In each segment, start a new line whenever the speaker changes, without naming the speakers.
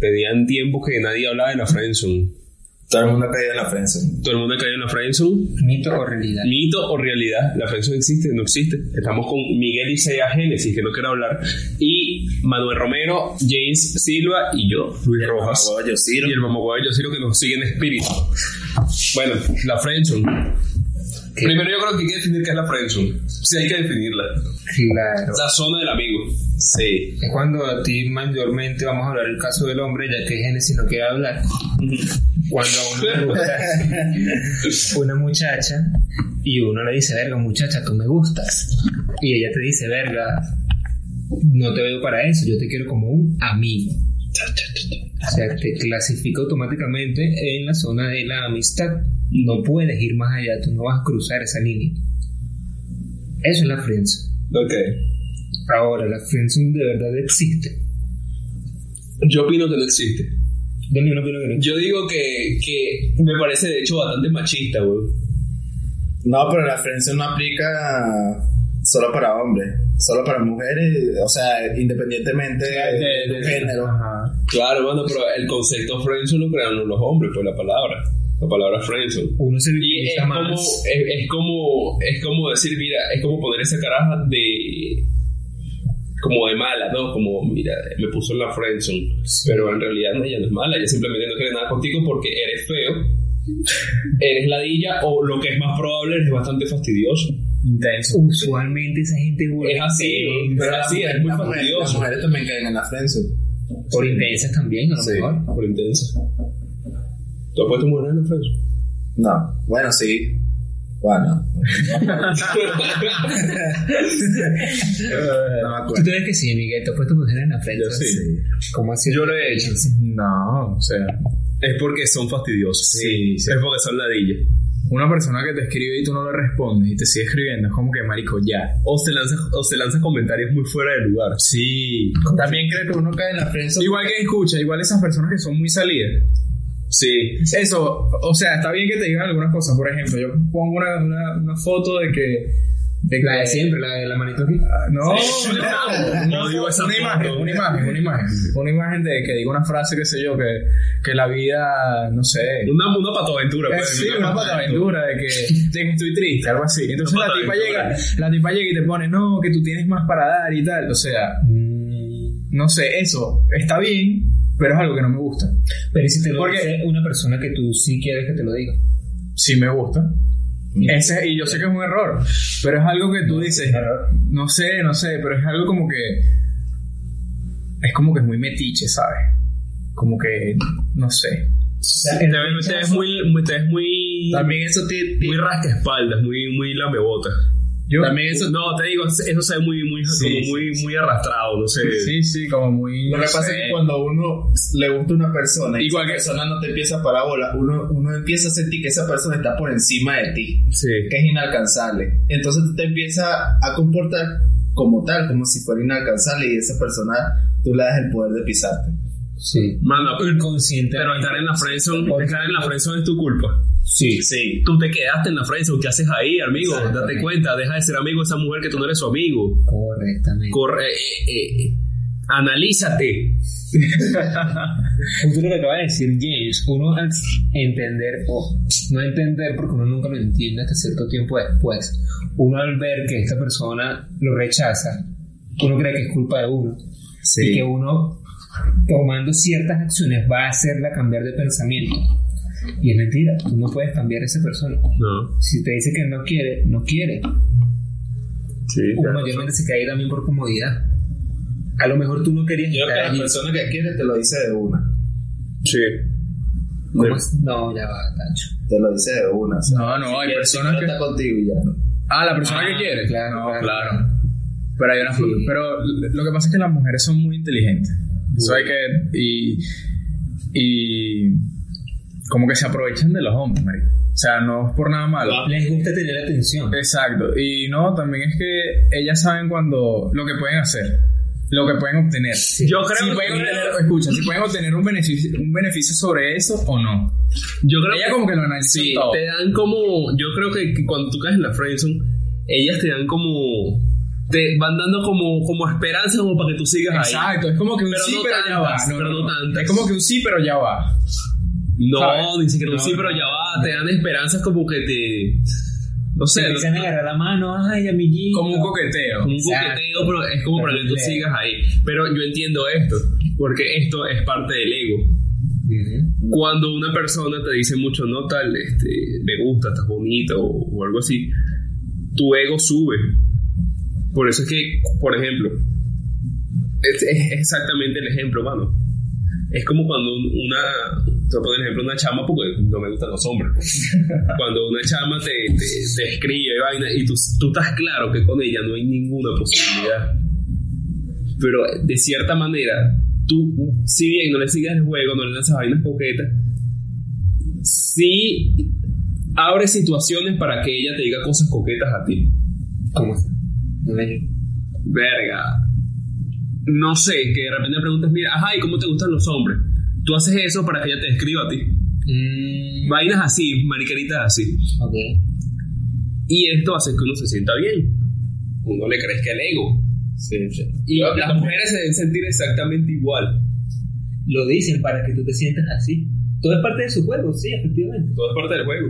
pedían tiempo que nadie hablaba de la friendzone.
Todo el mundo ha caído en la prensa.
Todo el mundo ha caído en la friendzone.
Mito o realidad.
Mito o realidad, la friendzone existe, no existe. Estamos con Miguel Isaias Génesis, que no quiero hablar, y Manuel Romero, James Silva y Ah, yo, Luis Rojas.
Huevo, yo sí.
Y el mamagüey yo Yosiro que nos sigue en espíritu. Bueno, la friendzone. Primero yo creo que hay que definir qué es la friendzone. Sí, hay que definirla.
Claro.
La zona del amigo.
Sí.
Es cuando a ti mayormente vamos a hablar el caso del hombre, ya que Génesis no quiere hablar. Cuando a uno le gusta una muchacha y uno le dice, verga, muchacha, tú me gustas. Y ella te dice, verga, no te veo para eso, yo te quiero como un amigo. O sea, te clasifica automáticamente en la zona de la amistad. No puedes ir más allá, tú no vas a cruzar esa línea. Eso es la friendzone.
Ok.
Ahora, la friendzone de verdad existe.
Yo opino que no existe.
Yo ni una opinión que no
Yo digo que, que me parece de hecho bastante machista, güey.
No, pero la friendzone no aplica solo para hombres, solo para mujeres, o sea, independientemente
de- de-
del género.
Ajá.
Claro, bueno, pero el concepto friendzone lo crearon los hombres, pues la palabra. La palabra friendzone.
Uno se
Y es
victimiza
como,
más.
es, es como, es como decir, mira, es como poner esa caraja de, como de mala, ¿no? Como, mira, me puso en la friendzone, pero en realidad no, ella no es mala, ella simplemente no quiere nada contigo porque eres feo, eres ladilla o lo que es más probable, eres bastante fastidioso.
Intenso.
Usualmente esa gente
Es
vuelve
así, ¿no? pero
las
así, es muy
mujeres- las
fastidioso.
mujeres también caen en la friendzone.
por intensas también, a lo
Sí.
mejor.
Por intensa. ¿Tú has puesto mujer en la friendzone?
No, bueno, sí. Bueno, no me
¿Tú te ves que sí, Miguel? ¿Te has puesto mujer en la frente?
Yo sí.
¿Cómo así?
Yo lo he hecho.
No, o sea,
Es porque son fastidiosos.
Sí, sí.
Es porque son ladillas.
una persona que te escribe y tú no le respondes y te sigue escribiendo, es como que marico, ya.
O se lanza, o se lanza comentarios muy fuera de lugar.
Sí.
También creo que uno cae en la friendzone.
Igual que escucha, igual esas personas que son muy salidas.
Sí.
Eso, o sea, está bien que te digan algunas cosas. Por ejemplo, yo pongo una, una, una foto de que. De que
La de siempre, la de la manito aquí.
Ah, No,
No, no digo esa
una
foto.
imagen, una imagen, una imagen. Una imagen de que digo una frase, qué sé yo, que, que la vida, no sé.
Una, una patoaventura.
Eh,
pues,
sí, una pataventura de que, de que estoy triste, algo así. Entonces
Una
la tipa
pataventura.
llega, la tipa llega y te pone, no, que tú tienes más para dar y tal. O sea,
Mm.
no sé, eso está bien, pero es algo que no me gusta.
Pero ¿y si te lo
Porque-
dice una persona que tú sí quieres que te lo diga.
Sí me gusta. Ese, y yo sé que es un error, pero es algo que tú dices, no sé, no sé, pero es algo como que es como que es muy metiche, ¿sabes? Como que no sé.
Te ves, te ves muy, muy, te ves muy,
También eso ti- ti-
muy rascaespaldas, muy, muy lamebota.
Yo
También eso-
No, te digo, eso se ve muy, muy,
Sí,
como
sí,
muy, muy arrastrado, no sé.
sí, sí, como muy
Lo que
no
pasa
sé.
es que cuando uno le gusta una persona y
Igual
esa persona no te empieza a parar bola, uno, uno empieza a sentir que esa persona está por encima de ti,
Sí.
que es inalcanzable. Entonces tú te empiezas a comportar como tal, como si fuera inalcanzable y esa persona tú le das el poder de pisarte.
Sí.
Mano, pero,
Inconsciente.
pero estar en la friendzone, estar en la friendzone es tu culpa.
Sí.
Sí.
Tú te quedaste en la friendzone, ¿qué haces ahí, amigo?
Exactamente.
Date cuenta, deja de ser amigo de esa mujer que tú no eres su amigo.
Correctamente.
Corre, eh, eh, eh, analízate.
Justo lo que acaba de decir James, uno al entender o no entender porque uno nunca lo entiende hasta cierto tiempo después, uno al ver que esta persona lo rechaza, uno cree que es culpa de uno y que uno tomando ciertas acciones va a hacerla cambiar de pensamiento. Y es mentira, tú no puedes cambiar a esa persona.
No.
Si te dice que no quiere, no quiere.
Sí.
Uno mayormente se cae también por comodidad. A lo mejor tú no querías
Yo creo
estar
que la
allí.
persona que quiere te lo dice de una.
Sí.
¿Cómo es? No, ya va, Tacho.
Te lo dice de una. o sea,
No, no, hay
si
personas
no
que
está contigo y ya. ¿no?
Ah, la persona
Ah,
que quiere.
claro,
No,
claro.
claro. Pero hay unas-
Sí.
pero lo que pasa es que las mujeres son muy inteligentes. Eso hay que y y como que se aprovechan de los hombres, marico. O sea, no es por nada malo.
Les gusta tener atención.
Exacto. Y no, también es que ellas saben cuando lo que pueden hacer, lo que pueden obtener.
Yo creo
si
que-
pueden obtener, escucha, si pueden obtener un beneficio, un beneficio sobre eso o no.
Yo creo
Ella como que lo analiza
Sí,
todo.
te dan como. Yo creo que, que cuando tú caes en la Friendzone, ellas te dan como. te van dando como, como esperanza como para que tú sigas ahí.
Exacto, es como que un
Pero
sí,
no
pero ya va.
tantas, pero no tantas.
Es como que un sí, pero ya va.
No,
¿sabes?
ni siquiera
No,
sí, pero
no.
ya va, te dan esperanzas como que te... No sé,
Se
lo-
empiezan a agarrar la mano, ay, amiguito.
Como un coqueteo.
como un
Exacto.
coqueteo, pero es como para que tú
Perfecto.
sigas ahí. Pero yo entiendo esto, porque esto es parte del ego.
Ujú.
Cuando una persona te dice mucho, no tal, este, me gusta, estás bonito o, o algo así, tu ego sube. Por eso es que, por ejemplo, es, es exactamente el ejemplo, mano. Es como cuando un- una, te voy a poner el ejemplo, una chama, porque no me gustan los hombres. Cuando una chama te, te, te escribe vaina y tú, tú estás claro que con ella no hay ninguna posibilidad pero de cierta manera, tú, si bien no le sigas el juego, no le lanzas vainas coquetas, sí abres situaciones para que ella te diga cosas coquetas a ti.
¿Cómo? No me-
Verga. No sé, que de repente preguntas, mira, ajá, ¿y cómo te gustan los hombres? Tú haces eso para que ella te escriba a ti.
Mm,
Vainas así, mariqueritas así.
ok.
Y esto hace que uno se sienta bien. Uno le crezca el ego.
Sí, sí.
Y las mujeres se deben sentir exactamente igual.
Lo dicen para que tú te sientas así. Todo es parte de su juego, sí, efectivamente.
Todo es parte del juego.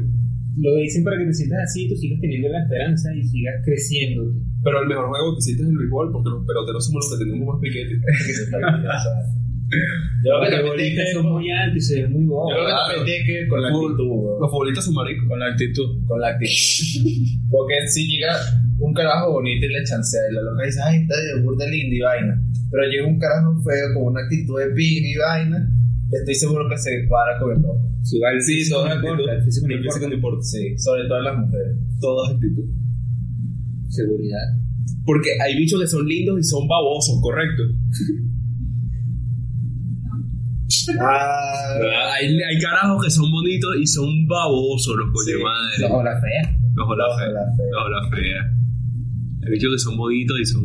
Lo dicen para que te sientas así y tú sigas teniendo la esperanza y sigas creciendo.
Pero el mejor juego que hiciste es el béisbol, porque los peloteros somos los que tenemos más piquete.
Yo creo que
Porque
también
los
tiene
tenistas
que
son muy altos y se ven muy
yo creo
guapos.
que también tiene que ver con la actitud, weón.
Los futbolistas son maricos.
Con la actitud.
con la actitud. Porque si llega un carajo bonito y le chancea y la loca dice, ay, está de burda linda y vaina. Pero llega un carajo feo con una actitud de pin y vaina, estoy seguro que se cuadra con el loco.
Sí, sí, todas
no
actitud.
importa, el físico no
El
importa.
físico no importa.
Sí, sobre todo las mujeres.
Todas actitud.
Seguridad.
Porque hay bichos que son lindos y son babosos, correcto.
Ah,
Hay, hay carajos que son bonitos y son babosos, los coño
Sí.
madre.
No, o la fea.
Los olas
Los
feas.
olas feas.
Los olas feas. Hay bichos que son bonitos y son.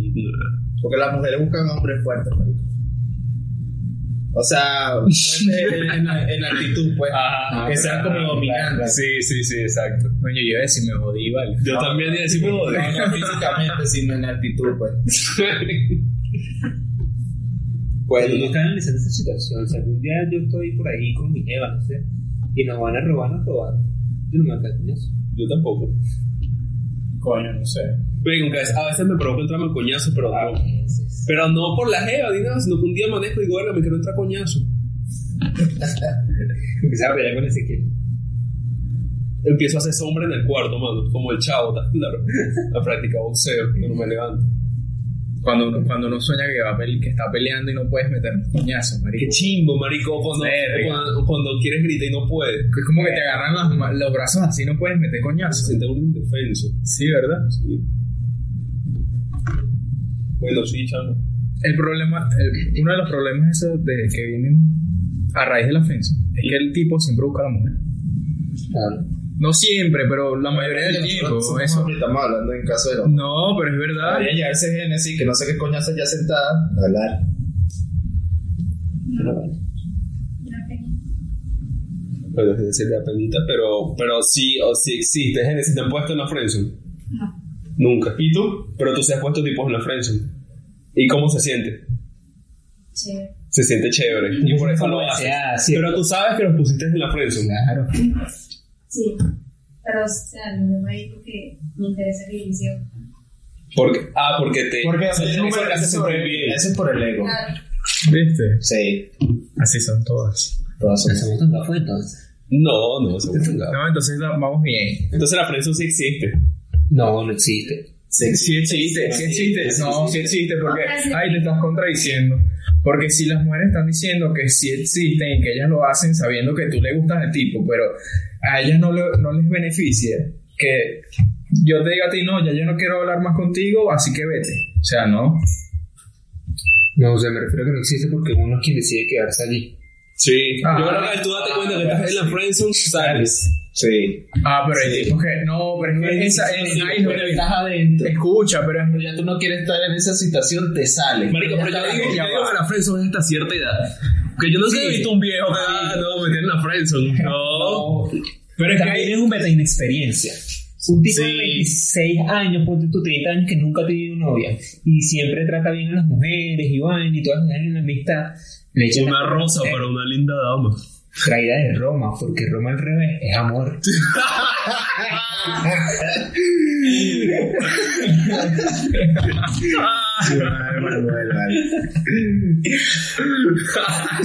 porque las mujeres buscan hombres fuertes, marico. O sea, fuerte en la, en la actitud, pues.
Ah,
que sean como dominantes.
Sí, sí, sí, exacto.
Coño, yo iba a decir, me jodí, vale.
Yo también iba a decir, me
No,
jodí.
no físicamente, sino en la actitud, pues.
Bueno, no están analizando esa situación. Si algún día yo estoy por ahí con mi Eva, no sé, y nos van a robar, nos robaron. Yo no me voy a quedar con eso.
Yo tampoco.
Coño, no sé.
Venga, a veces me provoca entrarme al coñazo, pero
Ah.
no. Pero no por la jeva ni nada, sino que un día manejo y digo, verga, me quiero entrar a coñazo.
Empezar a pelear con ese que.
Empiezo a hacer sombra en el cuarto, mano, como el chavo, ¿estás claro? La práctica boxeo, yo no me levanto.
Cuando uno, cuando uno sueña que, va a pele- que está peleando y no puedes meter los coñazos, marico.
Qué chimbo, marico, cuando,
Verga.
cuando, cuando quieres gritar y no puedes.
Es como que te agarran las ma- los brazos así, no puedes meter
Se
coñazos.
siente un indefenso.
Sí, ¿verdad?
Sí. Bueno, sí, chamo.
El problema, el- uno de los problemas esos de que vienen a raíz de la ofensa es que el tipo siempre busca a la mujer.
Claro.
No siempre, pero la mayoría del tiempo.
Nosotros
Eso.
Estamos hablando en caso de los
No, pero es verdad.
Debería llevarse Genesis, que no sé qué coño hace ya sentada, a hablar.
Bueno, es decir, la penita, pero, pero sí, o si existe, Genesis, ¿te han puesto en la friendzone?
No.
Nunca. ¿Y tú? Pero tú se has puesto tipos en la friendzone. ¿Y cómo se siente?
Chévere.
Se siente chévere. Y por eso lo haces.
sea, Ah, sí.
Pero tú sabes que los pusiste en la friendzone.
Claro.
Sí. Pero, o sea, mi mamá dijo que me interesa la división.
Porque, ah, porque te.
Porque
eso
eso,
te hace
eso,
sentir bien.
eso es por el ego.
Claro.
¿Viste?
Sí,
Así son todas.
todas son
Somos tan gafos entonces.
No, no, eso es verdad.
No, entonces la- vamos bien.
Entonces la friendzone sí existe.
No, no existe.
Sí, sí.
existe, sí existe. No, sí existe porque
Sí.
ahí te estás contradiciendo. Porque si las mujeres están diciendo que sí existen y que ellas lo hacen sabiendo que tú le gustas al tipo, pero a ellas no, le- no les beneficia que yo te diga a ti, no, ya yo no quiero hablar más contigo, así que vete. O sea, no.
No, o sea, me refiero a que no existe porque uno es quien decide quedarse allí.
Sí.
Ah.
Yo creo que tú date cuenta que estás en la friendzone, sales.
sí.
Ah, pero hay tipos que no, pero es que esa es ahí no le- Escucha, pero es-
ya tú no quieres estar en esa situación, te sale.
Marico, pero yo digo, yo digo que la friendzone es hasta cierta edad. Que yo no sé, he visto un viejo que, ah, no, me tienen en la friendzone. No.
Pero
es que
También
ahí-
es un beta inexperiencia. Un tipo de
Sí.
26 años, ponte tú 30 años que nunca ha tenido novia y siempre trata bien a las mujeres y vaina y todas las en la amistad. Le echa
Una rosa para una linda dama.
Eh, traída de Roma, porque Roma al revés es amor.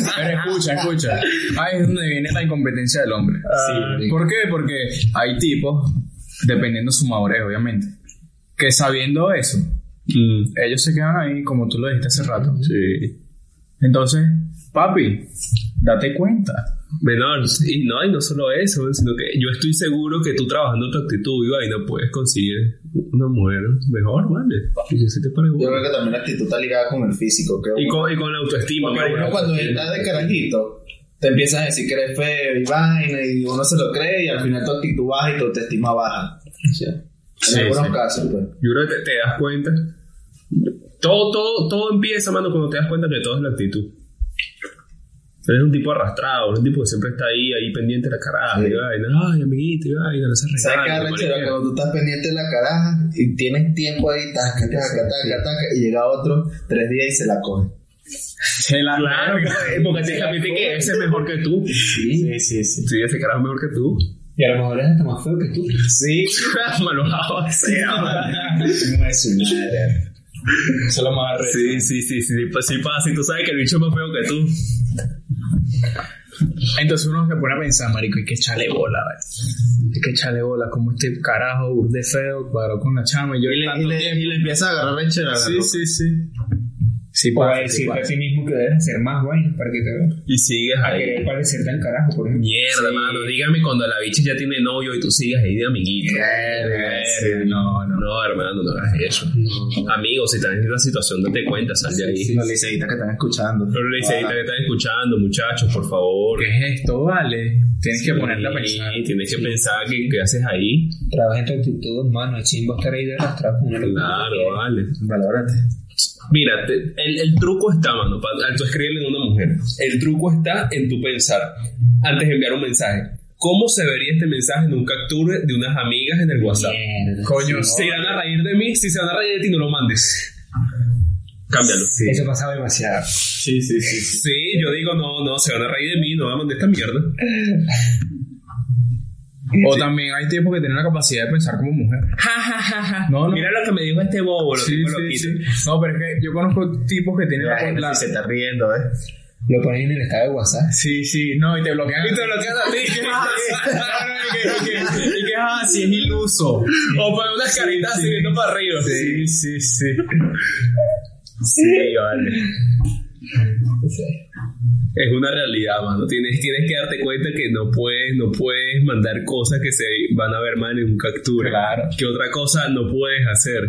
Pero escucha, escucha. Ahí es donde viene la incompetencia del hombre.
Sí.
¿Por qué? Porque hay tipos, dependiendo su madurez, obviamente, que sabiendo eso, ellos se quedan ahí, como tú lo dijiste hace rato.
Sí.
Entonces, papi, date cuenta.
Menor, y no, y no solo eso, sino que yo estoy seguro que tú trabajando tu actitud y vaina puedes conseguir una mujer mejor, ¿vale? Y que se te pare
Yo
bueno.
creo que también la actitud está ligada con el físico. Que
Y
uno-
con, y con la autoestima.
porque
marico.
uno cuando estás de carajito, te empiezas a decir que eres feo y vaina, y uno se lo cree, y al final tu actitud baja y tu autoestima baja. En
Sí,
algunos
sí.
casos, pues.
Yo creo que te, te das cuenta. Todo, todo, todo empieza, mano, cuando te das cuenta que todo es la actitud. Eres un tipo arrastrado, eres un tipo que siempre está ahí, ahí pendiente de la caraja,
Sí.
y vaina, ay, amiguito, y vaina, no se
¿Sabes qué
regala.
arrechera? Cuando tú estás pendiente de la caraja y tienes tiempo ahí, taca, taca, taca, taca, y llega otro tres días y se la coge.
Claro, porque- porque te capite que ese es mejor que tú.
Sí, sí, sí.
Sí, ese carajo es mejor que tú.
Y a lo mejor es hasta más feo que tú.
Sí,
Malvado sea, man.
no es su madre.
Eso es lo más arrecho.
Sí, sí, sí, sí, pues sí pasa. Y tú sabes que el bicho es más feo que tú.
Entonces uno se pone a pensar, marico, hay que echarle bola, ¿vale? Hay que echarle bola, como este carajo burde feo cuadró con la chama y yo
Y le,
tanto
y le,
tiempo.
y le empieza a agarrar rechera.
Sí, sí, sí. Sí,
O a
pasa, sí,
decirte a
pasa.
ti mismo que debes hacer más vainas para que te vean.
Y sigues
A
ahí.
querer parecerte al carajo, por ejemplo.
Mierda, mano. Dígame cuando la bicha ya tiene novio y tú sigas ahí de amiguito.
Sí, no, no.
No, hermano, no hagas eso. Amigos, si estás en esa situación, date cuenta, sal de ahí.
Los liceitas que están escuchando.
Pero le dice, ahí te están escuchando, muchachos, por favor.
Ah. ¿Qué es esto, vale? Tienes que ponerle a pensar.
Sí, Tienes que pensar que, que haces ahí.
Trabaja en tu actitud, mano. El chimbo estar ahí de arrastrado con una
Claro, vale.
Valórate.
Mira, te- el, el truco está, mano, pa- al tú escribirle a una mujer. El truco está en tu pensar antes de enviar un mensaje. ¿Cómo se vería este mensaje en un capture de unas amigas en el WhatsApp?
Mierda.
Coño, se van a reír de mí. Si se van a reír de ti, no lo mandes. Cámbialo. Sí,
Eso pasaba demasiado.
Sí, sí, sí.
yo digo, no, no, se van a reír de mí, no voy a mandar esta mierda.
O también hay tipos que tienen la capacidad de pensar como mujer. No, no.
Mira lo que me dijo este bobo, lo
Sí,
tipo
sí,
loquito.
sí. No, pero es que yo conozco tipos que tienen
La
la,
gente
la-
sí se está riendo, ¿eh?
Lo ponen en el estado de WhatsApp.
Sí, sí, no, y te bloquean.
Y te bloquean a ti.
Y que, y que- y que- y que, ah, sí, es iluso.
O para unas caritas así viendo para arriba.
Sí, sí, sí.
Sí, vale. Es una realidad, mano. Tienes, tienes que darte cuenta que no puedes, no puedes mandar cosas que se van a ver mal en un captura.
Claro.
Que otra cosa no puedes hacer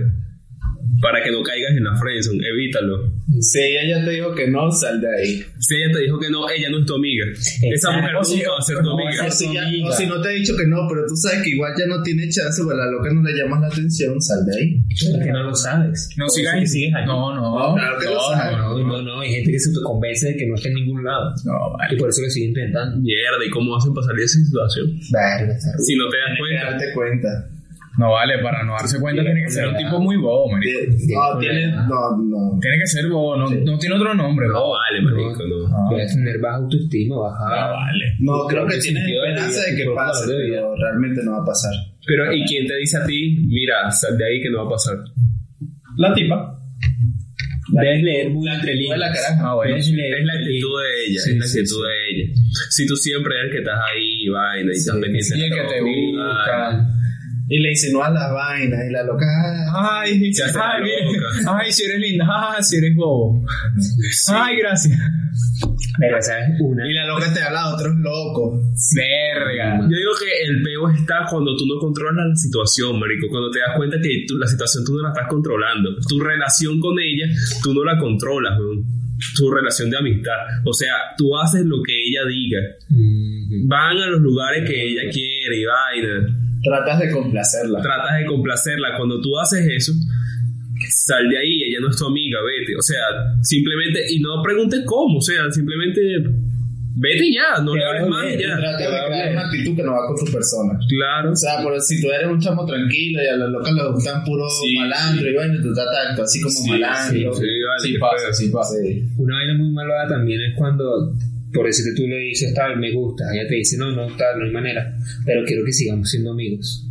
para que no caigas en la friendzone. Evítalo.
Si ella ya te dijo que no, sal de ahí.
Si ella te dijo que no, ella no es tu amiga. Esa
Exacto.
mujer nunca va a ser tu amiga.
O si, ya-
amiga.
o si no te ha dicho que no, pero tú sabes que igual ya no tiene chance, pues la loca no le llamas la atención, sal de ahí.
Porque no lo sabes. Por
No
eso
sigas
que sigues ahí.
No, no.
Claro que lo sabes.
No, no, no, hay gente que se convence de que no está en ningún lado.
No, vale.
Y por eso lo sigue intentando.
Mierda, ¿y cómo hacen para salir de esa situación?
Verga, está rudo.
Si no te das
Tienes que
cuenta.
darte cuenta.
No vale, para no darse cuenta tiene que ser un tipo muy bobo, marico.
Tie- Eh, No, tiene. No, no.
Tiene que ser bobo, no, no tiene otro nombre,
No
bobo.
vale, marico, no.
No.
Debes tener baja autoestima,
Ah,
baja.
vale.
No, creo que
propio
tienes
sentido de
esperanza
vida,
de que
tu propio
pase,
valor de vida.
pero realmente no va a pasar.
Pero, ¿y quién te dice a ti? Mira, sal de ahí que no va a pasar.
La tipa.
Debes leer muy entre líneas.
la caraja.
Ah, bueno. Debes leer
Es la
entre líneas.
actitud de ella,
Sí,
es la
sí,
actitud de ella. Si tú siempre eres el que estás ahí, vaina, y estás pendiente
Y
de
el que
todo,
te
vaina,
busca.
Y le insinúa las vainas y la loca. ah,
Ay,
Se hace
ay,
la
bien.
loca.
ay, si eres linda, ay, si eres bobo. Ay, gracias.
Pero sabes una.
Y la loca te habla de otros locos.
Verga.
Yo digo que el peo está cuando tú no controlas la situación, marico. Cuando te das cuenta que tú- la situación tú no la estás controlando. Tu relación con ella, tú no la controlas, weón. Tu relación de amistad. O sea, tú haces lo que ella diga.
Mhm.
Van a los lugares que ella quiere y vaina.
Tratas de complacerla.
tratas de complacerla. Cuando tú haces eso, sal de ahí, ella no es tu amiga, vete. O sea, simplemente, y no preguntes cómo, o sea, simplemente Vete ya, no
Te
le
va a
hables más
doler,
y ya.
Trata
te va
de
a
crear
doler.
una actitud que no va con tu persona.
Claro.
O sea, por, si tú eres un chamo tranquilo y a los locas les gustan puro
Sí,
malandro y bueno, tú tratas de actuar así como
Sí,
malandro.
sí, sí, vale, qué feo.
sí pasa.
Una vaina muy malvada también es cuando, por decirte tú le dices tal, me gusta, ella te dice no, no, tal, no hay manera, pero quiero que sigamos siendo amigos.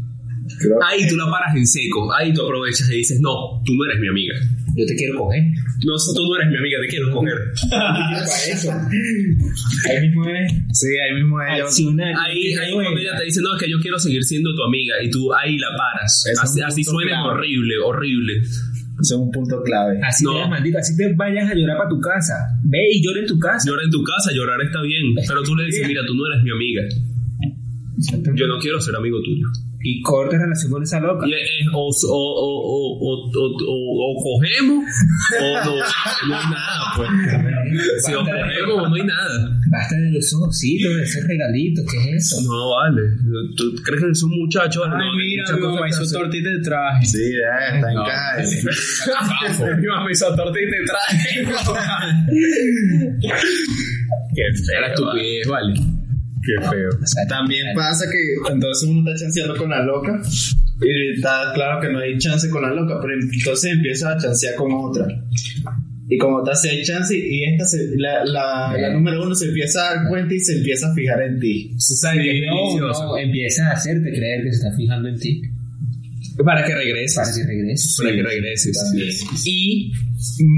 Creo
Ahí tú la paras en seco, ahí tú aprovechas y dices, no, tú no eres mi amiga.
Yo te quiero coger.
No, tú no eres mi amiga, te quiero coger.
Para eso. Ahí mismo eres
Sí, ahí mismo ella.
accionario.
Ahí, ahí cuando ella te dice, no, es que yo quiero seguir siendo tu amiga y tú ahí la paras.
Ese es
Así,
un
así
punto
suena
clave.
horrible, horrible.
Ese es un punto clave.
Así
No.
te maldito, así te vayas a llorar para tu casa. Ve y llora en tu casa.
Llora en tu casa, llorar está bien, pero tú le dices, mira, tú no eres mi amiga. Yo no quiero ser amigo tuyo.
Y corta relación con esa loca.
Y es- es o, o, o, o, o, o- o- o cogemos o no, no hay nada, pues. Si o cogemos o no hay nada.
Basta de los ojositos, de esos regalitos, ¿qué es eso?
No, vale. ¿Tú crees que son muchachos?
Ay,
no,
mira,
muchas
mi
cosas
mamá
que
hizo
hacer.
tortita de traje.
Sí, ya, está en
No.
calle.
Mi mamá hizo tortita de traje.
Qué
Era
feo, vale.
estupidez, vale. Qué feo.
También pasa que entonces uno está chanceando con la loca y está claro que no hay chance con la loca, pero entonces empieza a chancear con otra. Y como otra se hay chance y esta se- la, la, la número uno se empieza a dar cuenta y se empieza a fijar en ti.
¿Sabes qué? Es delicioso.
empiezas a hacerte creer que se está fijando en ti
Para que regreses.
para que regreses.
Para que regreses. Y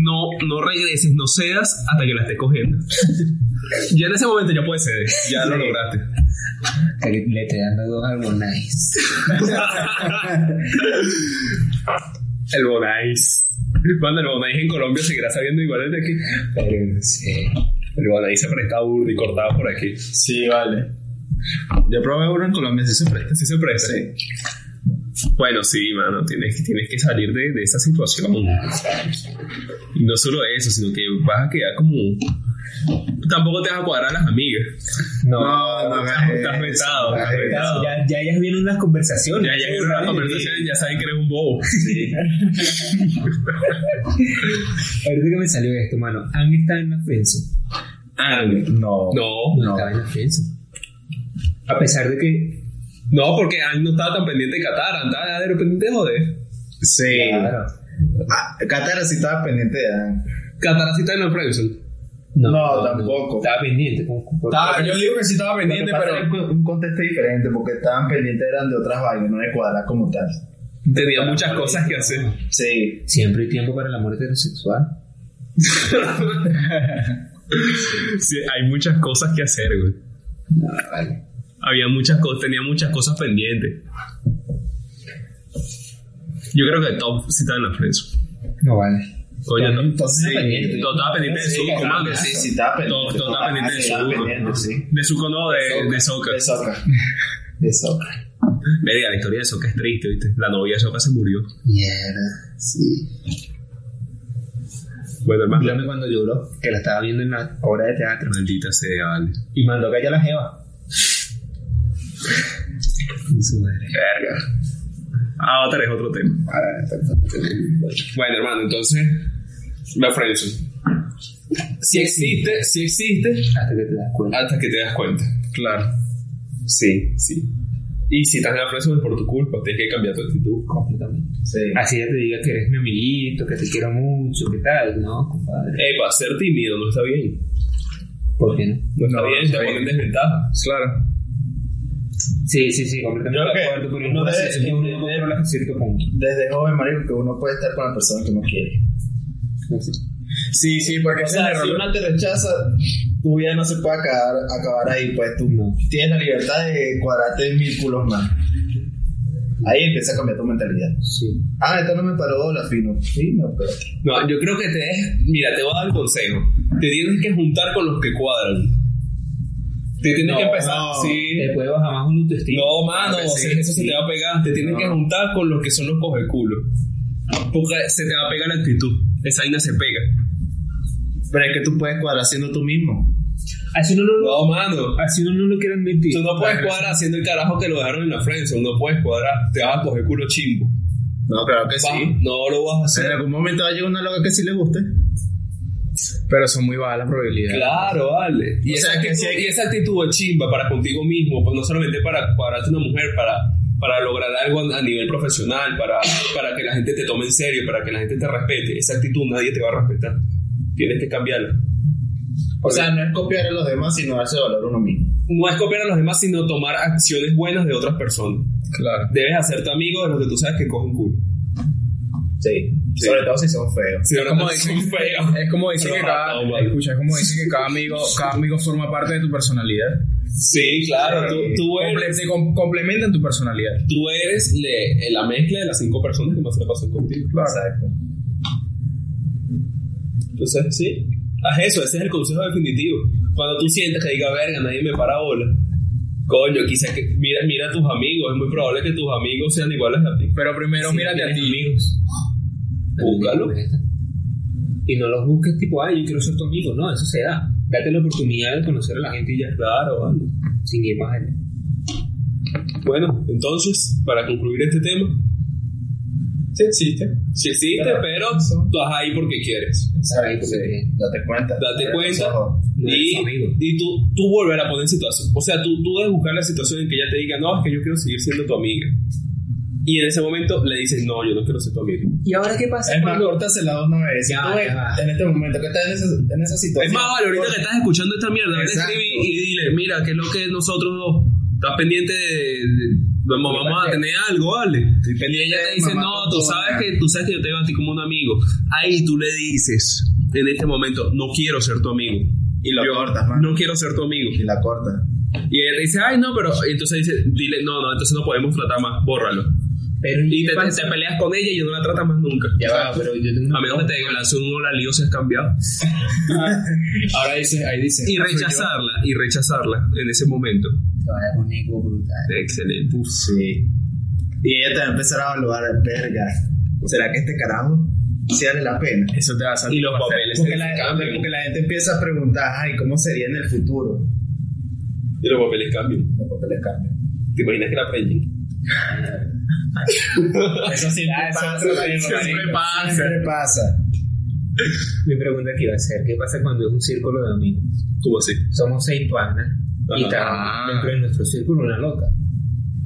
no, no regreses, no cedas hasta que la estés cogiendo. ya en ese momento ya puedes ceder. Ya lo lograste.
Hasta que le te dando dos albonáis.
El Bonais. Cuando el Bonais en Colombia seguirá sabiendo igual desde aquí.
Pero sí.
El Bonais se presta burdo y cortado por aquí.
Sí, vale. Yo probé uno en Colombia, sí se presta.
Así se presta. Bueno, sí, mano, tienes, que- tienes que salir de, de esa situación. Y no solo eso, sino que vas a quedar como. Tampoco te vas a cuadrar a las amigas.
No.
No, no,
Estás-
eh,
Estás retado. estás retado.
Ya, ya ellas vieron las conversaciones.
Ya llegaron las conversaciones y ya saben que eres un bobo.
Ahorita que me salió esto, mano. Han estado en la friendzone.
No.
Ah, No,
Oh, No, estaba en la friendzone. A pesar de que. eh,
no, porque Ann no estaba tan pendiente de Qatar. Ann estaba de repente de joder.
Sí.
Claro.
Ah, Cátara sí estaba pendiente de Dan.
Qatar así está en la Friendzone.
No, tampoco.
Estaba pendiente. como- como-
yo digo que sí estaba
Lo que
pendiente,
pasa
pero.
era un- un contexto diferente porque estaban pendientes eran de otras vainas, no de cuadras como tal.
Tenía muchas cosas que hacer.
Sí.
Siempre hay tiempo para el amor heterosexual.
Sí, hay muchas cosas que hacer, güey.
No, vale.
Había muchas cosas, tenía muchas cosas pendientes. Yo creo que Top sí estaba en la Friendzone.
No vale.
Coño, Top.
Entonces,
Sí,
pendiente.
Top estaba pendiente de su comando.
Sí, sí, estaba
Top
pendiente. Ah,
Top estaba pendiente de
Estaba pendiente,
su.
sí.
De su cono de, de Soca.
De Soca. De Soca.
Verga, la historia de Soca es triste, ¿viste? La novia de Soca se murió.
Mierda. Sí.
Bueno, hermano.
Dígame cuando lloró, que la estaba viendo en la obra de teatro.
Maldita sea, vale.
Y mandó a callar a la jeva. Y su madre.
Verga. Ah, otra vez otro tema. Bueno, hermano, entonces, la friendzone. Si existe, si existe,
Hasta que te das cuenta.
hasta que te das cuenta. Claro. Sí, sí. Y si estás en la friendzone es por tu culpa, tienes que cambiar tu actitud.
Completamente.
Sí.
Así ya te diga que eres mi amiguito, que te quiero mucho, que tal, ¿no, compadre?
Epa, ser tímido no está bien.
¿Por qué no?
No está bien, te ponen desventaja.
Claro.
Sí, sí, sí, completamente
Yo creo
de
que-
acuerdo. Pero
no
no
debe-
es un control hasta cierto punto.
Desde joven, marico, que uno puede estar con la persona que uno quiere.
Sí, sí, porque
O
ese es el
sea, si
error.
una te rechaza, tu vida no se puede acabar, acabar ahí, pues tú
No.
tienes la libertad de cuadrarte mil culos más. Ahí empieza a cambiar tu mentalidad.
Sí.
Ah, esto no me paró la fino. Fino, pero.
No, yo creo que te es. Mira, te voy a dar un consejo. Te tienes que juntar con los que cuadran. Te tienes
No,
que empezar.
no.
Sí.
Te puede bajar más un autoestima.
No, mano,
Claro que sí,
o sea, eso se
sí.
te va a pegar. Te tienes
No.
que juntar con los que son los coge culo. Porque se te va a pegar la actitud. Esa vaina se pega.
Pero es que tú puedes cuadrar siendo tú mismo.
Así uno no lo,
No, mano.
así uno no lo quiere admitir.
Tú no puedes cuadrar haciendo el carajo que lo dejaron en la friendzone. No puedes cuadrar. Te vas a coger culo chimbo.
No, claro que
Vas- No lo vas a
En
hacer.
algún momento va a llegar una loca que sí le guste.
Pero son muy bajas las probabilidades.
Claro, vale. Y,
O
esa,
sea, que
actitud,
si hay-
y esa actitud de chimba para contigo mismo, pues no solamente para para una mujer, para, para lograr algo a, a nivel profesional, para, para que la gente te tome en serio, para que la gente te respete. Esa actitud nadie te va a respetar. Tienes que cambiarla.
O sea, no es copiar a los demás, sino darse valor a uno mismo.
No es copiar a los demás, sino tomar acciones buenas de otras personas.
Claro.
Debes hacerte amigo de los que tú sabes que cogen culo.
Sí.
Sí.
Sobre todo si son feos.
Si ahora
como
no
dicen-
son feos.
Es como dicen
Pero ah,
que
ratado,
cada,
vale.
escucha, es como dicen que cada amigo, cada amigo forma parte de tu personalidad.
Sí, claro, tú, tú
Comple-
eres,
se com- complementan tu personalidad.
tú eres le- la mezcla de las cinco personas que más se la pasan contigo.
Exacto.
Entonces, sí, haz eso, ese es el consejo definitivo. Cuando tú sientas que diga, verga, nadie me para bola. Coño, quizás que mira, mira a tus amigos, es muy probable que tus amigos sean iguales a ti.
Pero primero
Sí,
mírate a
tienes
ti.
amigos.
Búscalo.
Y no los busques tipo, ay, yo quiero ser tu amigo. No, eso se da. Date la oportunidad de conocer a la gente y ya.
Claro, vale.
Sin imágenes.
Bueno, entonces, para concluir este tema,
Sí, existe.
si existe,
Claro.
pero tú vas ahí porque quieres.
Ahí, porque
Date cuenta.
Date cuenta
No eres
y,
su amigo.
y tú, tú volver a poner situación. O sea, tú, tú debes buscar la situación en que ella te diga, no, es que yo quiero seguir siendo tu amiga. Y en ese momento le dices, no, yo no quiero ser tu amigo.
¿Y ahora qué pasa?
Es más,
cuando-
córtasela una vez. Si
Ya,
tú
ya
ves
va.
en este momento que estás en esa, en esa situación.
Es más, vale, ahorita que estás escuchando esta mierda, ven,
Exacto.
escribí y dile, mira, que es lo que nosotros dos, estás pendiente de, de- vamos, vamos a tener algo, vale. Y ella te dice,
mamá,
no,
con
tú
todo,
sabes
ya".
que tú sabes que yo te veo a ti como un amigo. Ahí tú le dices, en este momento, no quiero ser tu amigo. Y la
Yo,
cortas,
cortas, man.
no quiero ser tu amigo.
Y la corta.
Y él dice, ay, no, pero y entonces dice, dile, no, no, entonces no podemos tratar más, bórralo.
Pero
Y
¿y qué
te,
pasa?
te peleas con ella y no la tratas más nunca.
Ya va, pero yo tengo una
A menos que te lance un hola lío, se has cambiado.
Ahora dice, ahí dice.
Y rechazarla, y rechazarla en ese momento.
Te va a dar un ego brutal.
Excelente.
Sí. Y ella te va a empezar a evaluar, verga. ¿Será que este carajo sí vale la pena?
Eso te va a
Y
salir.
los papeles
Porque
se
la,
cambian.
porque la gente empieza a preguntar, ay, ¿cómo sería en el futuro?
Y los papeles cambian.
Los papeles cambian.
¿Te imaginas que la prenden?
Ah, Eso sí pasa.
siempre pasa.
Siempre pasa.
Mi pregunta que iba a ser, ¿qué pasa cuando es un círculo de amigos?
¿Cómo así?
Somos seis panas y
Ajá.
está dentro de nuestro círculo una loca.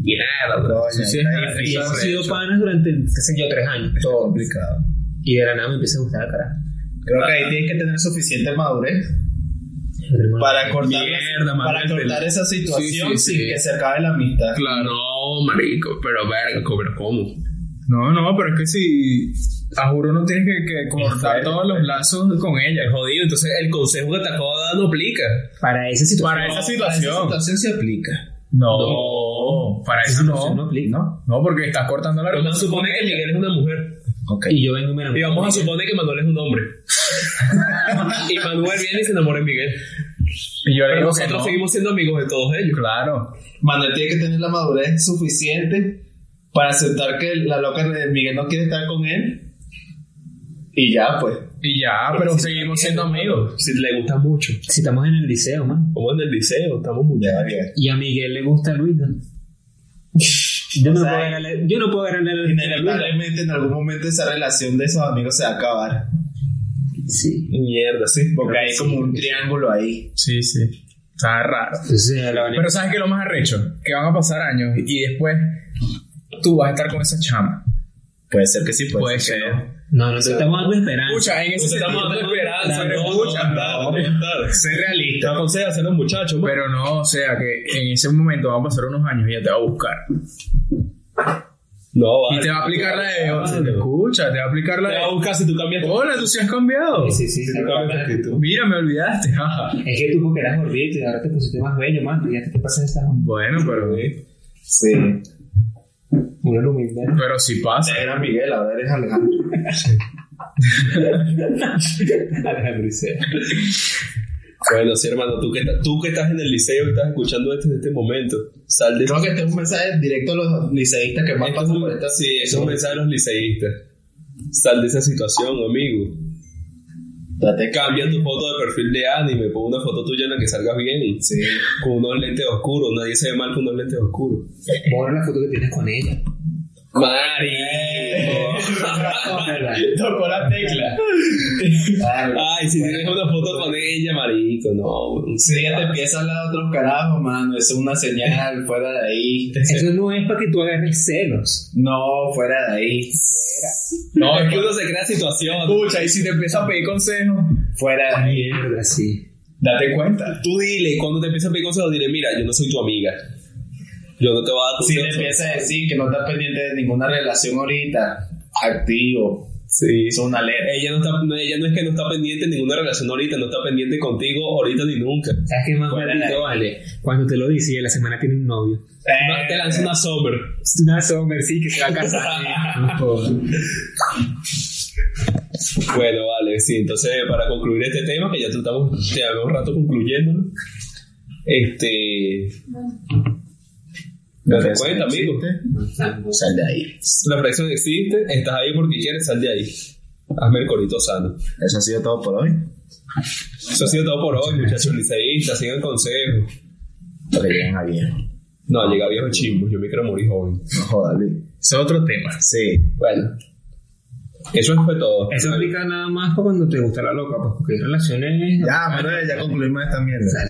Mierda, bro.
Coño,
Sí, sí,
está
es-
Y
difícil.
hemos sido panas durante, qué sé yo, tres años.
Todo complicado.
Y de la nada me empieza a gustar la cara.
Creo que ahí tienes que tener suficiente madurez para cortar,
Mierda, Manuel,
para cortar
te-
esa situación
Sí, sí,
sin
sí.
que se acabe la amistad.
Claro, no, marico, pero verga, pero ¿cómo?
No, no, pero es que si. A juro no tienes que, que cortar todos los lazos con ella. Es jodido. Entonces el consejo que te acabo de dar no aplica.
Para esa situación.
Para esa
Esa
situación.
situación se aplica.
No. Para eso no.
aplica.
No, porque estás cortando la
Vamos a
relación.
suponer que Miguel es una mujer.
Ok.
Y yo vengo y me enamoro.
Y vamos a suponer que Manuel es un hombre. y Manuel viene y se enamora de Miguel.
Y yo le
Pero
digo que
nosotros
no.
seguimos siendo amigos de todos ellos.
Claro.
Manuel tiene que tener la madurez suficiente para aceptar que la loca de Miguel no quiere estar con él. Y ya, pues.
Y ya, pero seguimos siendo amigos.
Si le gusta mucho.
Si estamos en el liceo, man.
Como en el liceo, estamos muy
Ya, bien.
Y a Miguel le gusta Luis, ¿no? Yo no,
O sea,
puedo ganarle, yo no puedo ganarle a Luis.
Inevitablemente en algún momento esa relación de esos amigos se va a acabar.
Sí.
Mierda, sí.
Porque hay como un triángulo ahí.
Sí, sí. Está raro.
Entonces, la
Pero ¿sabes qué es lo más arrecho? Que van a pasar años y después tú vas a estar con esa chama.
Puede ser que sí, pues. puede,
Puede
ser.
ser.
que no.
No, no te estamos dando esperanza.
Escucha, en ese
Estamos
sentido,
dando esperanza,
pero
no,
escucha,
no, no, no, no.
sé
Te
realista.
aconsejas a los muchachos, man.
Pero no, o sea, que en ese momento van a pasar unos años y ella te va a buscar.
No,
Y
vale.
te va a aplicar la de...
Claro.
Escucha, te va a aplicar la
Te va a
de...
buscar si tú cambias tu
Hola, tú sí has cambiado.
Sí, sí, sí.
Si tú cambias tu actitud.
Mira, me olvidaste. jaja.
Es que tú porque eras gordito y ahora te pusiste más bello, man. Ya te pasan esas
bueno, pero,
Sí.
una humildad.
pero sí pasa.
Era Miguel, ahora eres Alejandro.
Alejandro Isea.
Bueno, sí, hermano, tú que, ta- tú que estás en el liceo y estás escuchando esto en este momento, sal de...
Creo que este es un mensaje directo a los liceístas que más
Esto es
pasan
un-
por esta
sí, eso es un mensaje a los liceístas. Sal de esa situación, amigo.
Date ca-
Cambia tu foto de perfil de anime, pon una foto tuya en la que salgas bien.
Sí.
Con unos lentes oscuros, nadie se ve mal con unos lentes oscuros.
Borra la foto que tienes con ella.
Mari.
Ah, Tocó la tecla. Ah,
Ay, si tienes una foto con ella, marico, no.
Si ella te empieza a hablar de otros carajos, mano, eso es una señal, fuera de ahí.
Eso no es para que tú agarres celos.
No, fuera de ahí.
No, es que uno se crea situación.
Escucha, y si te empieza a pedir consejo,
Fuera de ahí.
Mierda, sí.
Date cuenta.
Tú dile, cuando te empieza a pedir consejos, dile, mira, yo no soy tu amiga. Yo no te voy a dar
Si te
consejos.
empieza a decir que no estás pendiente de ninguna relación ahorita, activo. Sí. Es una alerta.
Ella no, está, no, ella no es que no está pendiente de ninguna relación ahorita, no está pendiente contigo ahorita ni nunca.
¿Sabes qué más
Fuera
maldito
de-
vale? Cuando te lo dice y a la semana tiene un novio.
No, te lanza una sombra.
Una Sommer, sí, que se va a casar. No jodas.
Bueno, vale, sí. Entonces, para concluir este tema, que ya tratamos, te hago un rato concluyéndolo. Este. Date cuenta, amigo.
Sal de ahí.
La fracción existe, estás ahí porque quieres, sal de ahí. Hazme el corito sano.
Eso ha sido todo por hoy.
Eso ha sido todo por hoy, muchachos liceístas. Sigan consejos.
Pero lleguen a bien.
No, llega viejo chismo. Yo me quiero morir joven.
No jodas, Luis.
es otro tema.
Sí.
Bueno, eso fue todo.
Eso aplica nada más para cuando te gusta la loca, pues porque hay relaciones.
Ya, Manuel, ya concluimos esta mierda.